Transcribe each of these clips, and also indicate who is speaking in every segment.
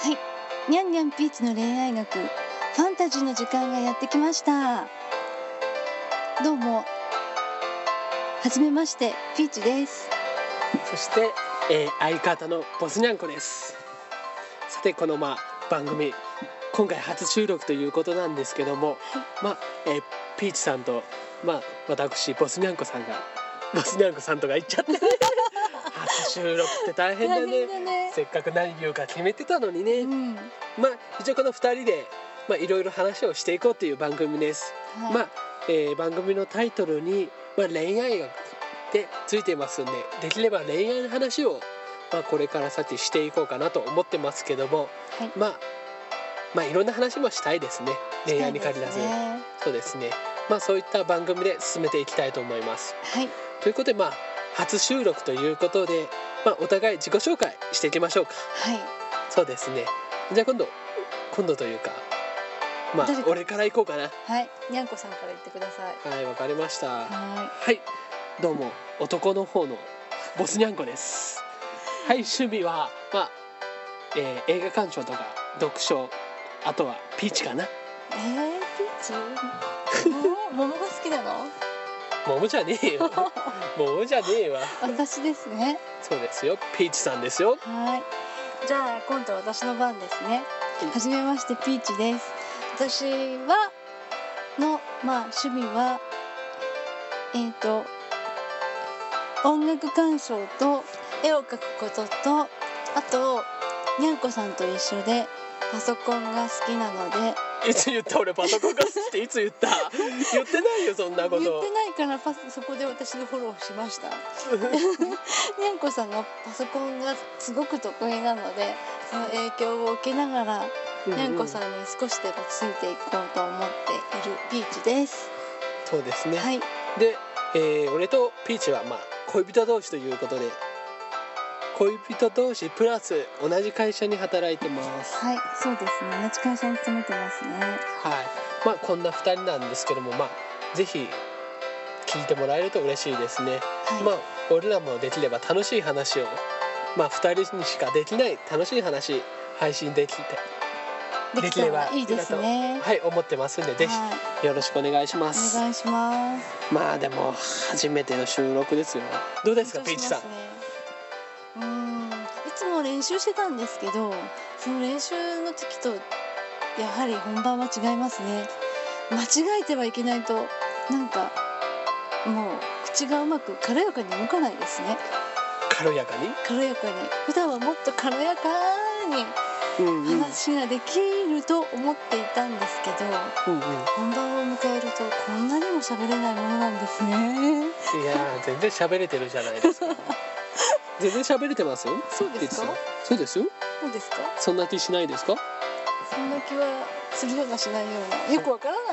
Speaker 1: はい、にゃんにゃんピーチの恋愛学ファンタジーの時間がやってきましたどうもはじめましてピーチです
Speaker 2: そして、えー相方のボスニャンコですさてこの、まあ、番組今回初収録ということなんですけども、まあえーピーチさんと、まあ、私ボスニャンコさんがボスニャンコさんとか言っちゃ ってね初収録って大変だね
Speaker 1: ね
Speaker 2: せっかく何言うか決めてたのにね、
Speaker 1: うん、
Speaker 2: まあ一応この2人でまあいろいろ話をしていこうという番組です
Speaker 1: は
Speaker 2: まあ、えー番組のタイトルに、まあ、恋愛学ってついてますんでできれば恋愛の話を、まあ、これから先していこうかなと思ってますけども、
Speaker 1: はい
Speaker 2: まあまあいろんな話もしたいですね
Speaker 1: い、
Speaker 2: 恋愛に限らず、
Speaker 1: したいで
Speaker 2: そうですねまあそういった番組で進めていきたいと思います
Speaker 1: すね
Speaker 2: ということでまあ初収録ということで、まあ、お互い自己紹介していきましょうか
Speaker 1: はいはい
Speaker 2: そうですねじゃあ今度今度というかまあ
Speaker 1: 誰か
Speaker 2: 俺から行こうかな
Speaker 1: はい、にゃんこさんから言ってください
Speaker 2: はいわかりました
Speaker 1: は
Speaker 2: はい、どうも男の方のボスニャンコです。はい、趣味はまあ、えー映画鑑賞とか読書、あとはピーチかな。
Speaker 1: ーいえー、ピーチ桃 桃が好きなの
Speaker 2: 桃じゃねえ よ。桃じゃねえわ。
Speaker 1: 私ですね
Speaker 2: そうですよ、ピーチさんですよ。
Speaker 1: はい。じゃあ今度私の番ですね
Speaker 2: はい。
Speaker 1: はじめましてピーチです。私はのまあ趣味はえっ、と音楽鑑賞と絵を描くこととあとにゃんこさんと一緒でパソコンが好きなので
Speaker 2: いつ言った俺パソコンが好きっていつ言った。言ってないよそんなこ
Speaker 1: 言っ
Speaker 2: と
Speaker 1: て。ないからパスそこで私のフォローしました。にゃんこさんがパソコンがすごく得意なのでその影響を受けながらにゃんこさん
Speaker 2: う
Speaker 1: に少しでもついていこうと思っているピーチです。
Speaker 2: そうですね。
Speaker 1: はい、
Speaker 2: で、えー俺とピーチはまあ恋人同士ということで。恋人同士プラス同じ会社に働いてます。
Speaker 1: はい、そうですね。同じ会社に勤めてますね。
Speaker 2: はい、まあこんな2人なんですけどもまあぜひ聞いてもらえると嬉しいですね、
Speaker 1: はい、
Speaker 2: まあ俺らもできれば楽しい話をまあ2人にしかできない楽しい話配信できて
Speaker 1: できたら
Speaker 2: できれば
Speaker 1: いいですね。
Speaker 2: はい思ってますんでぜ
Speaker 1: はい、
Speaker 2: ひよろしくお願いしま
Speaker 1: お
Speaker 2: す
Speaker 1: 願いします。
Speaker 2: まあでも初めての収録ですよどうですかピーチさん
Speaker 1: 緊張しますねうーんいつも練習してたんですけどその練習の時とやはり本番は違いますね間違えてはいけないとなんかもう口がうまく軽やかに動かないですね
Speaker 2: 軽やかに
Speaker 1: 軽やかに普段はもっと軽やかに
Speaker 2: うんうんうんうん
Speaker 1: 話ができると思っていたんですけど、本番を迎えるとこんなにも喋れないものなんですね
Speaker 2: いやー全然喋れてるじゃないです か全然喋れてますよ
Speaker 1: そうですか
Speaker 2: ピーチさんそうですよ
Speaker 1: どうですか
Speaker 2: そんな気しないですか
Speaker 1: そんな気はするようなしないようなよくわからない。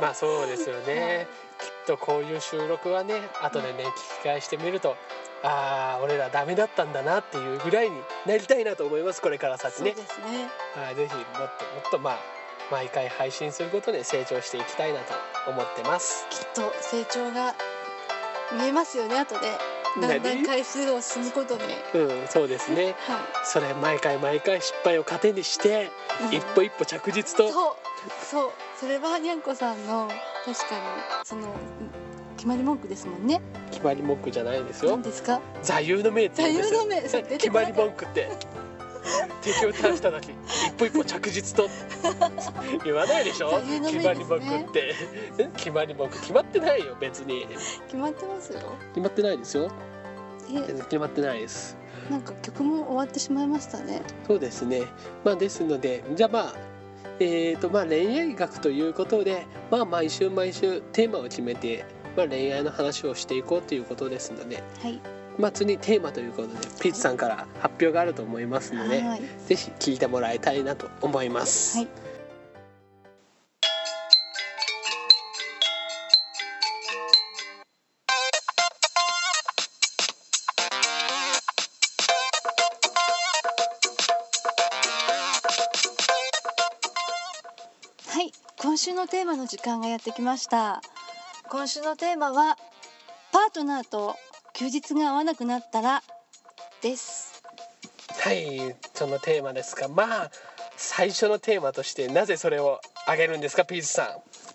Speaker 2: まあそうですよね。きっとこういう収録はね、後でね、聞き返してみると、ああ、俺らダメだったんだなっていうぐらいになりたいなと思います。これから先
Speaker 1: そうで
Speaker 2: ね
Speaker 1: す。ね。
Speaker 2: はい、ぜひもっともっとまあ毎回配信することで成長していきたいなと思ってます。
Speaker 1: きっと成長が見えますよね後でだんだん
Speaker 2: 何
Speaker 1: 回数を進むことに。はい。
Speaker 2: うん、そうですね。それ毎回毎回失敗を糧にして、
Speaker 1: うん
Speaker 2: 一歩一歩着実と。
Speaker 1: そうそうそれはにゃんこさんの確かにその決まり文句ですもんね。
Speaker 2: 決まり文句じゃないですよ
Speaker 1: 何。ですか？
Speaker 2: 座右の銘って
Speaker 1: 座
Speaker 2: 言う
Speaker 1: 右
Speaker 2: んですよ
Speaker 1: の。銘そう出て
Speaker 2: 決
Speaker 1: こ
Speaker 2: ま
Speaker 1: な
Speaker 2: り
Speaker 1: かっ
Speaker 2: 文句って敵を倒した時一歩一歩着実と言わないでしょ、
Speaker 1: 座右の銘
Speaker 2: 決まり文句って決まり文句決まってないよ別に
Speaker 1: た決まってますよ。
Speaker 2: 決まってないですよ
Speaker 1: え
Speaker 2: 決まってないです
Speaker 1: なんか曲も終わってしまいましたね。
Speaker 2: そうですねまあですのでじゃあまあえーとまあ、恋愛学ということで、まあ、毎週毎週テーマを決めて、まあ、恋愛の話をしていこうということですので、
Speaker 1: はい。
Speaker 2: まあ、次テーマということでピーチさんから発表があると思いますので、
Speaker 1: はい。
Speaker 2: ぜひ聞いてもらいたいなと思います。
Speaker 1: はいはい、今週のテーマの時間がやってきました。今週のテーマはパートナーと休日が合わなくなったらです。
Speaker 2: はいそのテーマですがまあ最初のテーマとしてなぜそれをあげるんですかピーチさん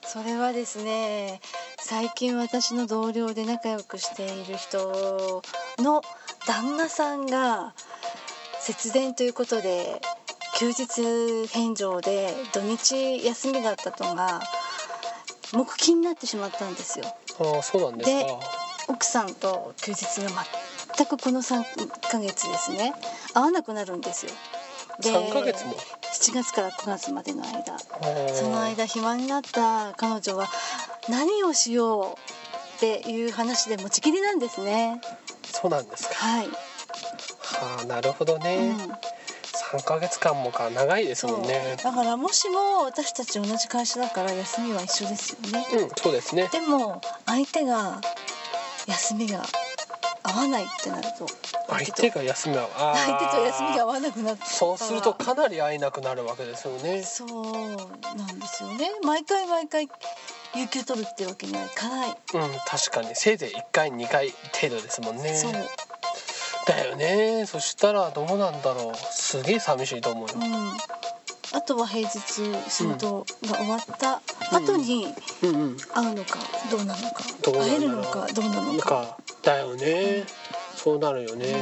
Speaker 1: それはですね最近私の同僚で仲良くしている人の旦那さんが節電ということで休日返上で土日休みだったのが木金になってしまったんですよ
Speaker 2: ああそうなんですか
Speaker 1: で奥さんと休日が全くこの3ヶ月ですね会わなくなるんですよで
Speaker 2: 3ヶ月も
Speaker 1: 7月から9月までの間そ
Speaker 2: そ
Speaker 1: の間暇になった彼女は何をしようっていう話で持ちきりなんですね
Speaker 2: そうなんですか
Speaker 1: はい、
Speaker 2: はあなるほど
Speaker 1: う
Speaker 2: ね、
Speaker 1: ん、
Speaker 2: 三ヶ月間もか長いです
Speaker 1: そ
Speaker 2: も
Speaker 1: うん
Speaker 2: ね
Speaker 1: だからもしも私たち同じ会社だから休みは一緒ですよね
Speaker 2: うんそうですね
Speaker 1: でも相手が休みが合わないってなると
Speaker 2: 相手が休みはあー
Speaker 1: 相手と休みが合わなくなって
Speaker 2: そうするとかなり会えなくなるわけですよね
Speaker 1: そうなんですよね毎回毎回有給取るってわけにはいかない、
Speaker 2: うん確かにせいぜい1回2回程度ですもんね
Speaker 1: そう
Speaker 2: だよねそしたらどうなんだろうすげえ寂しいと思うよ
Speaker 1: う、んあとは平日仕事が終わった後に
Speaker 2: うん、うん
Speaker 1: 会うのかどうなのか、
Speaker 2: どうなん
Speaker 1: 会
Speaker 2: だろ
Speaker 1: え
Speaker 2: う
Speaker 1: るのかどうな
Speaker 2: なん
Speaker 1: のか、
Speaker 2: かだよ
Speaker 1: う
Speaker 2: ね、
Speaker 1: ん
Speaker 2: そうなるよね、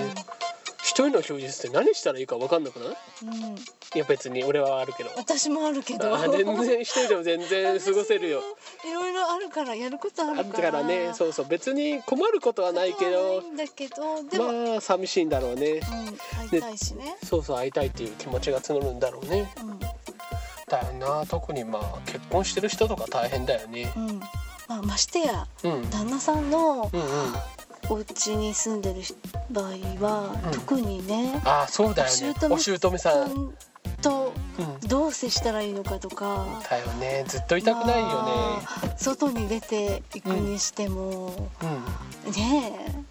Speaker 2: 一人の休日って何したらいいか分かんなくない
Speaker 1: うんうん
Speaker 2: いや別に俺はあるけど
Speaker 1: 私もあるけど
Speaker 2: あ全然一人でも全然過ごせるよ
Speaker 1: いろいろあるからやることあ
Speaker 2: あ
Speaker 1: る
Speaker 2: っ
Speaker 1: か
Speaker 2: た
Speaker 1: ら
Speaker 2: からねそうそう別に困ることはない
Speaker 1: こ
Speaker 2: け
Speaker 1: とは
Speaker 2: ど
Speaker 1: ないんだけどでも、
Speaker 2: まあ寂しいんだろうね
Speaker 1: うん、会いたいしね、
Speaker 2: そうそう会いたいっていう気持ちが募るんだろうね
Speaker 1: う
Speaker 2: だよな特にまあ結婚してる人とか大変だよね
Speaker 1: んうんまあ、ましてや
Speaker 2: うんうん
Speaker 1: 旦那さんの
Speaker 2: うん
Speaker 1: お家に住んでる場合は、
Speaker 2: うん
Speaker 1: 特にね
Speaker 2: ああそうだよねお
Speaker 1: お
Speaker 2: 姑さ
Speaker 1: さ
Speaker 2: ん、うん、
Speaker 1: んとどう接したらいいのかとか
Speaker 2: だよねずっといたくないよね、
Speaker 1: まあ外に出ていくにしても、ね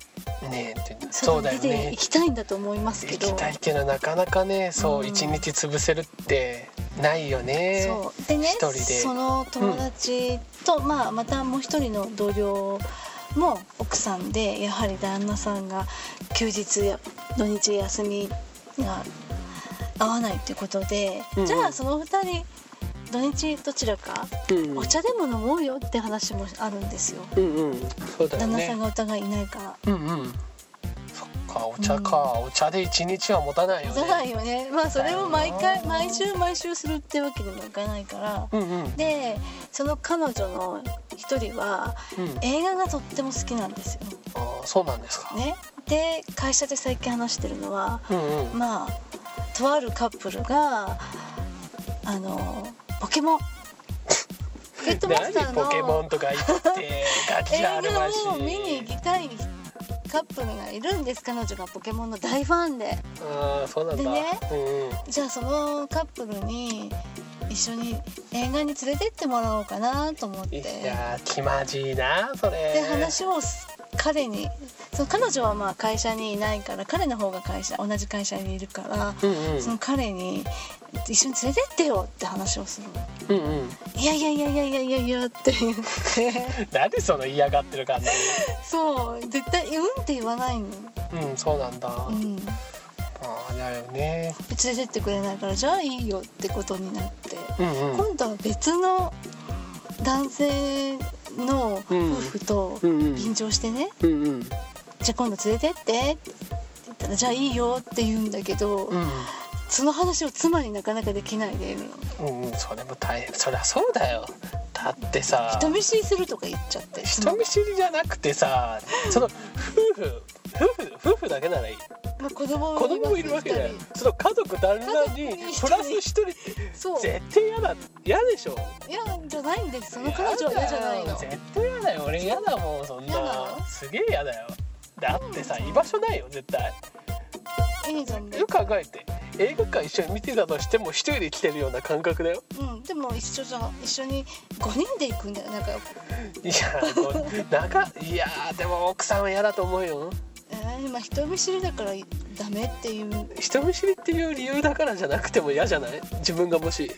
Speaker 2: うんねえって
Speaker 1: え
Speaker 2: そうだ
Speaker 1: に
Speaker 2: よ
Speaker 1: 出て
Speaker 2: ね
Speaker 1: いきたいんだと思いますけ
Speaker 2: 行
Speaker 1: ど
Speaker 2: きたいけどなかなかねそう、
Speaker 1: うん
Speaker 2: 一日潰せるってないよね
Speaker 1: そうでね
Speaker 2: 一人で
Speaker 1: その友達と、まあ、またもう一人の同僚も奥さんでやはり旦那さんが休日や土日休みが合わないということで、
Speaker 2: うんうん
Speaker 1: じゃあその二人土日どちらか
Speaker 2: うん
Speaker 1: お茶でも飲もうよって話もあるんですよ。
Speaker 2: うんうんそうだよ
Speaker 1: 旦那さん
Speaker 2: ね
Speaker 1: がお互いいないから。
Speaker 2: うんうんそっかお茶か、お茶で一日は持たないよね
Speaker 1: じゃないよね。まあそれを毎回毎週毎週するってわけにもいかないから。
Speaker 2: うんうんうん
Speaker 1: でその彼女の一人は映画がとっても好きなんですよ。
Speaker 2: ああそうなんですか、
Speaker 1: ね、で会社で最近話してるのは
Speaker 2: うんうん
Speaker 1: まあとあるカップルがあのポケ モンポケットモンスター
Speaker 2: 何ポケモ
Speaker 1: の
Speaker 2: ンとか言ってガ
Speaker 1: 映
Speaker 2: キがあるまし
Speaker 1: 画を見に行きたいカップルがいるんです彼女がポケモンの大ファンで。
Speaker 2: ああそうなんだ、
Speaker 1: でね
Speaker 2: うんうん
Speaker 1: じゃあそのカップルに一緒に映画に連れてってもらおうかなと思って
Speaker 2: いやー気まじいなそれ
Speaker 1: で話をす彼にその彼女はまあ会社にいないから彼の方が会社同じ会社にいるから、
Speaker 2: うん
Speaker 1: その彼に「一緒に連れてってよ」って話をするの
Speaker 2: うんうんうん
Speaker 1: いやいやいやいやいやいやいやって言って
Speaker 2: 何その嫌がってる感じ
Speaker 1: そう絶対「うん」って言わないの、
Speaker 2: うんそうなんだ、あ
Speaker 1: うん、
Speaker 2: あだよね
Speaker 1: 連れてってくれないからじゃあいいよってことになって。
Speaker 2: うんうん
Speaker 1: 今度は別の男性の夫婦と
Speaker 2: うんうん
Speaker 1: 便乗してね、
Speaker 2: うんうん
Speaker 1: じゃあ今度連れてってって言ったらじゃあいいよって言うんだけど、
Speaker 2: うん
Speaker 1: その話を妻になかなかできないでいるの
Speaker 2: うんうんそれも大変そりゃそうだよだってさ
Speaker 1: 人見知りするとか言っちゃって妻
Speaker 2: 人見知りじゃなくてさその夫婦夫婦夫婦だけならいい
Speaker 1: まあ子供
Speaker 2: 子供もいるわけだよその家族旦那
Speaker 1: 家族に
Speaker 2: に
Speaker 1: 一人
Speaker 2: プラス一人って
Speaker 1: そう
Speaker 2: 絶対嫌だ嫌でしょ
Speaker 1: 嫌じゃないんですその彼女は嫌じゃないの
Speaker 2: 絶対嫌だよ俺嫌だもんそん
Speaker 1: 嫌な
Speaker 2: な
Speaker 1: の
Speaker 2: すげえ嫌だよだってさ
Speaker 1: うん
Speaker 2: 居場所ないよ絶対
Speaker 1: いいじゃんね
Speaker 2: よく考えて映画館一緒に見てたとしても一人で来てるような感覚だよ
Speaker 1: うん、でも一緒じゃん一緒に5人で行くんだよ仲良く
Speaker 2: いやーなんかいやーでも奥さんは嫌だと思うよ
Speaker 1: えー、まあ人見知りだからダメっていう
Speaker 2: 人見知りっていう理由だからじゃなくても嫌じゃない自分がもし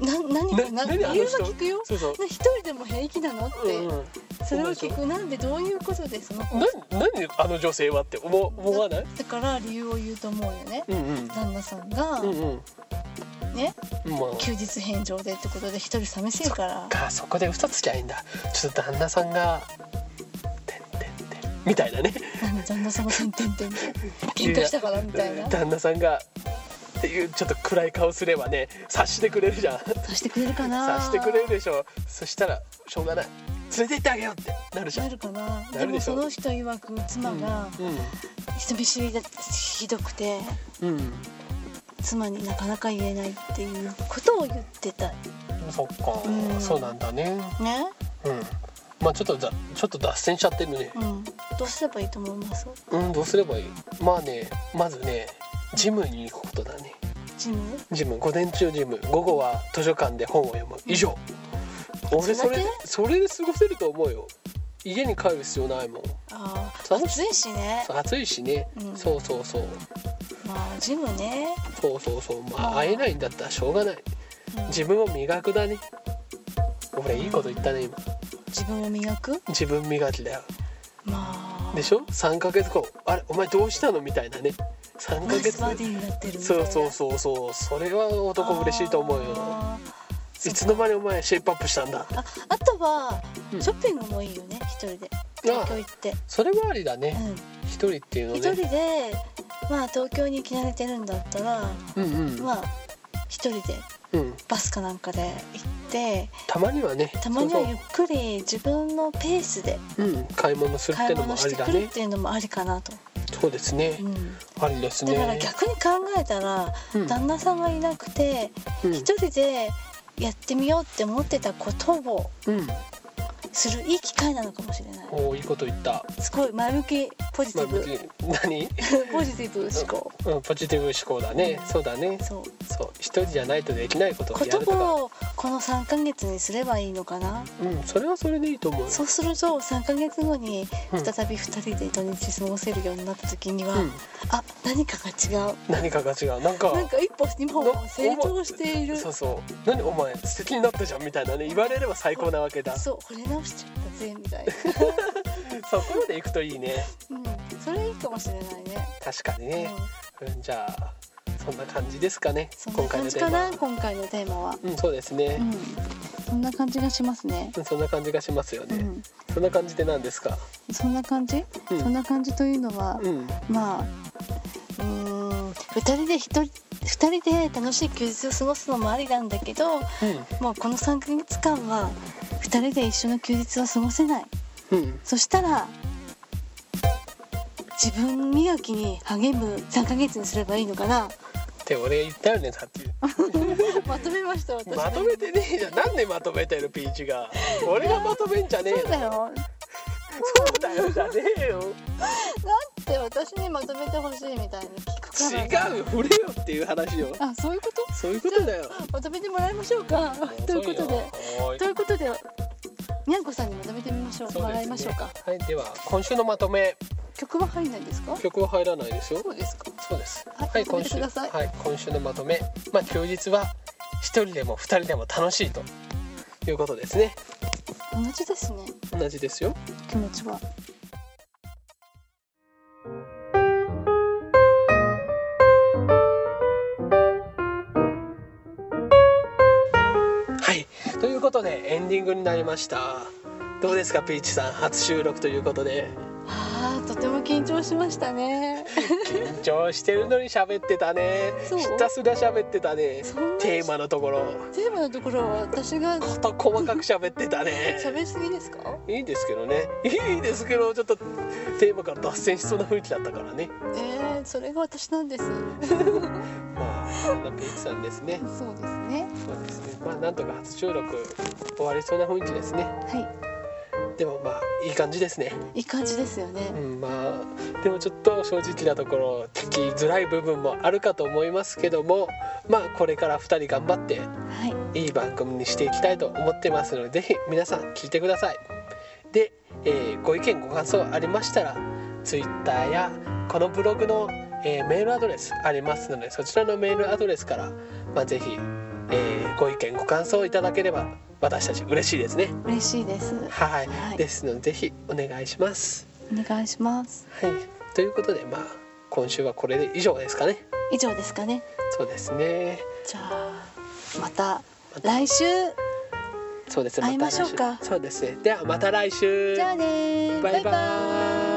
Speaker 1: な何かな
Speaker 2: な
Speaker 1: 言う
Speaker 2: 何あ
Speaker 1: の
Speaker 2: の人
Speaker 1: 聞くよ
Speaker 2: そうそう
Speaker 1: な一人でも平気なのっ
Speaker 2: うん
Speaker 1: て
Speaker 2: うん
Speaker 1: それを聞くなんでどういうことですの
Speaker 2: な何であの女性はって思思わない
Speaker 1: だから理由を言うと思うよね
Speaker 2: うんうん
Speaker 1: 旦那さんが
Speaker 2: うんうん
Speaker 1: ね
Speaker 2: まあ
Speaker 1: 休日返上でってことで一人寂しいから
Speaker 2: かそこで嘘つきゃいいんだちょっと旦那さんが「てんてんてん」みたいなね
Speaker 1: なんで旦那様てんてんてん 喧嘩したからみたいな
Speaker 2: 旦那さんがっていうちょっと暗い顔すればね察してくれるじゃん
Speaker 1: さしてくれるかな
Speaker 2: 察してくれるでしょそしたらしょうがない連れて行ってあげようってなるじゃ
Speaker 1: なんるかな
Speaker 2: な
Speaker 1: で
Speaker 2: るで
Speaker 1: も
Speaker 2: しょ
Speaker 1: その人曰く妻が人見知りだひどくて
Speaker 2: うん、うん、
Speaker 1: 妻になかなか言えないっていうことを言ってた
Speaker 2: そっか、
Speaker 1: うん
Speaker 2: そうなんだね
Speaker 1: ね
Speaker 2: うんまあちょっとだちょっと脱線しちゃってるね
Speaker 1: うんどうすればいいと思います
Speaker 2: うんどうすればいいまあねまずねジムに行くことだね
Speaker 1: ジム
Speaker 2: ジム午前中ジム午後は図書館で本を読む以上、俺そ
Speaker 1: それ
Speaker 2: れ
Speaker 1: だ
Speaker 2: それで過ごせると思うよ家に帰る必要ないもん
Speaker 1: ああ
Speaker 2: 楽し
Speaker 1: 暑いしね
Speaker 2: 暑いしね、
Speaker 1: うん
Speaker 2: そうそうそう
Speaker 1: まあジムね、
Speaker 2: そうそうそうま
Speaker 1: あ
Speaker 2: あ
Speaker 1: ー
Speaker 2: 会えないんだったらしょうがない
Speaker 1: うん
Speaker 2: 自分を磨くだね俺いいこと言ったね今
Speaker 1: 自分を磨く
Speaker 2: 自分磨きだよ
Speaker 1: まあ
Speaker 2: でしょ3ヶ月後あれお前どうしたのみたいなね3
Speaker 1: ナ
Speaker 2: ヶ
Speaker 1: イス
Speaker 2: 月
Speaker 1: バディになってるみたい
Speaker 2: そ
Speaker 1: な
Speaker 2: うそうそうそうそれは男嬉しいと思うよ
Speaker 1: あー
Speaker 2: いつの間にお前シェイプアップしたんだ
Speaker 1: ああとは
Speaker 2: うん
Speaker 1: ショッピングもいいよね一人で東京行って
Speaker 2: それもありだ
Speaker 1: う
Speaker 2: ね
Speaker 1: ん
Speaker 2: 一人っていうの
Speaker 1: 一人
Speaker 2: ね
Speaker 1: でまあ東京に行き慣れてるんだったら
Speaker 2: うんうん、
Speaker 1: まあ一人で
Speaker 2: うん、
Speaker 1: バスかなんかで行って
Speaker 2: たまにはね
Speaker 1: たまには
Speaker 2: そう
Speaker 1: ゆっくり自分のペースで
Speaker 2: そううん、買い物するっ
Speaker 1: 買
Speaker 2: て
Speaker 1: い
Speaker 2: のも
Speaker 1: 物
Speaker 2: あ
Speaker 1: し
Speaker 2: り
Speaker 1: て
Speaker 2: だ
Speaker 1: くる
Speaker 2: ね
Speaker 1: っていうのもありかなと、
Speaker 2: そうですね
Speaker 1: うん、
Speaker 2: ありですね
Speaker 1: だから逆に考えたら
Speaker 2: うん
Speaker 1: 旦那さんがいなくて
Speaker 2: うん
Speaker 1: 一人でやってみようって思ってたことを
Speaker 2: うん、
Speaker 1: するいい機会なのかもしれない
Speaker 2: おーいいこと言った
Speaker 1: すごい前向きポジテ
Speaker 2: ま
Speaker 1: ィ
Speaker 2: あ
Speaker 1: ブ
Speaker 2: 別に何、
Speaker 1: ポジティブ思考
Speaker 2: うん、ポジティブ思考だね、
Speaker 1: うん
Speaker 2: そうだね
Speaker 1: そう
Speaker 2: そう一人じゃないとできないことをや
Speaker 1: 言
Speaker 2: るとか
Speaker 1: 葉をこの3ヶ月にすればいいのかな
Speaker 2: うんそれはそれでいいと思う
Speaker 1: そうすると3ヶ月後に
Speaker 2: うん
Speaker 1: 再び2人で土日過ごせるようになった時には、
Speaker 2: うん、
Speaker 1: あ何かが違う
Speaker 2: 何かが違うなんか
Speaker 1: なんか一歩二歩
Speaker 2: な
Speaker 1: 成長している
Speaker 2: そうそう何お前素敵になったじゃんみたいなね言われれば最高なわけだそ
Speaker 1: そう惚れ直しちゃったぜみたいな、
Speaker 2: こまでいくといいね
Speaker 1: うん、それいいかもしれないね、
Speaker 2: 確かに
Speaker 1: う
Speaker 2: ね、
Speaker 1: ん、
Speaker 2: うん、じゃあそんな感じですかね
Speaker 1: そんな
Speaker 2: 今回
Speaker 1: 感
Speaker 2: の
Speaker 1: じ
Speaker 2: テ
Speaker 1: か
Speaker 2: ーマ
Speaker 1: な今回のテーマは、
Speaker 2: うん、そうです
Speaker 1: う
Speaker 2: ね、
Speaker 1: ん、そんな感じがしますね、
Speaker 2: そんな感じがしますよ
Speaker 1: う
Speaker 2: ね、
Speaker 1: ん、
Speaker 2: そんな感じでなんですか
Speaker 1: そんな感じ、
Speaker 2: うん
Speaker 1: そんな感じというのは、
Speaker 2: うん
Speaker 1: まあうーん2人で一人2人で楽しい休日を過ごすのもありなんだけどもうこの3ヶ月間は2人で一緒の休日は過ごせない
Speaker 2: うんうん
Speaker 1: そしたら自分磨きに励む3ヶ月にすればいいのか な
Speaker 2: って俺言ったよねさっき
Speaker 1: まとめました私
Speaker 2: まとめてねえじゃんなんでまとめてるピーチが俺がまとめんじゃねえ
Speaker 1: そうだ
Speaker 2: よ
Speaker 1: よ
Speaker 2: そうだよじゃねえよ
Speaker 1: なんて私にまとめてほしいみたいに聞くから
Speaker 2: 違うよ触れよっていう話よ
Speaker 1: あそういうこと
Speaker 2: そういうことだよ
Speaker 1: まとめてもらいましょうかということで
Speaker 2: は
Speaker 1: ということでにゃんこさんにまとめてみましょう
Speaker 2: そう
Speaker 1: も
Speaker 2: ですね
Speaker 1: らいましょうか
Speaker 2: はいでは今週のまとめ
Speaker 1: 曲は入んないんですか
Speaker 2: 曲は入らないですよ
Speaker 1: そうですか
Speaker 2: そうです
Speaker 1: はい
Speaker 2: はい
Speaker 1: まと
Speaker 2: 今
Speaker 1: めて
Speaker 2: 週
Speaker 1: く
Speaker 2: は
Speaker 1: ださい
Speaker 2: い今週のまとめまあ休日は一人でも二人でも楽しいということですね
Speaker 1: 同じですね
Speaker 2: 同じですよ
Speaker 1: 気持ちは
Speaker 2: はい、ということでエンディングになりましたどうですかピーチさん初収録ということで
Speaker 1: あーとても緊張しましたね
Speaker 2: 緊張してるのに喋ってたね
Speaker 1: そう
Speaker 2: ひたすら喋ってたね
Speaker 1: そんな
Speaker 2: テーマのところ
Speaker 1: テーマのところは私が
Speaker 2: 事細かく喋ってたね
Speaker 1: 喋りすぎですか
Speaker 2: いいですけどねいいですけどちょっとテーマから脱線しそうな雰囲気だったからね
Speaker 1: えー、それが私なんです
Speaker 2: まあそんなピーチさんですね
Speaker 1: そうですね
Speaker 2: そうですねまあなんとか初収録終わりそうな雰囲気ですね
Speaker 1: は
Speaker 2: でもまあいい感じですね
Speaker 1: いいい感じですよ
Speaker 2: う
Speaker 1: ね
Speaker 2: ん、まあでもちょっと正直なところ聞きづらい部分もあるかと思いますけどもまあこれから2人頑張って
Speaker 1: はい
Speaker 2: いい番組にしていきたいと思ってますのでぜひ皆さん聞いてくださいで、えーご意見ご感想ありましたら Twitter やこのブログの、えーメールアドレスありますのでそちらのメールアドレスから、まあ、ぜひえーご意見ご感想いただければ私たち嬉しいですね
Speaker 1: 嬉しいです。
Speaker 2: はい、
Speaker 1: はい
Speaker 2: ですのでぜひお願いします
Speaker 1: お願いします。
Speaker 2: はいということでまあ今週はこれで以上ですかね
Speaker 1: 以上ですかね。
Speaker 2: そうですね
Speaker 1: じゃあまた
Speaker 2: また
Speaker 1: 来週。
Speaker 2: そうです
Speaker 1: 会いましょうか
Speaker 2: た来週そうですねではまた来週
Speaker 1: じゃあねー。
Speaker 2: バイ
Speaker 1: バ
Speaker 2: バ
Speaker 1: イバーイ
Speaker 2: イ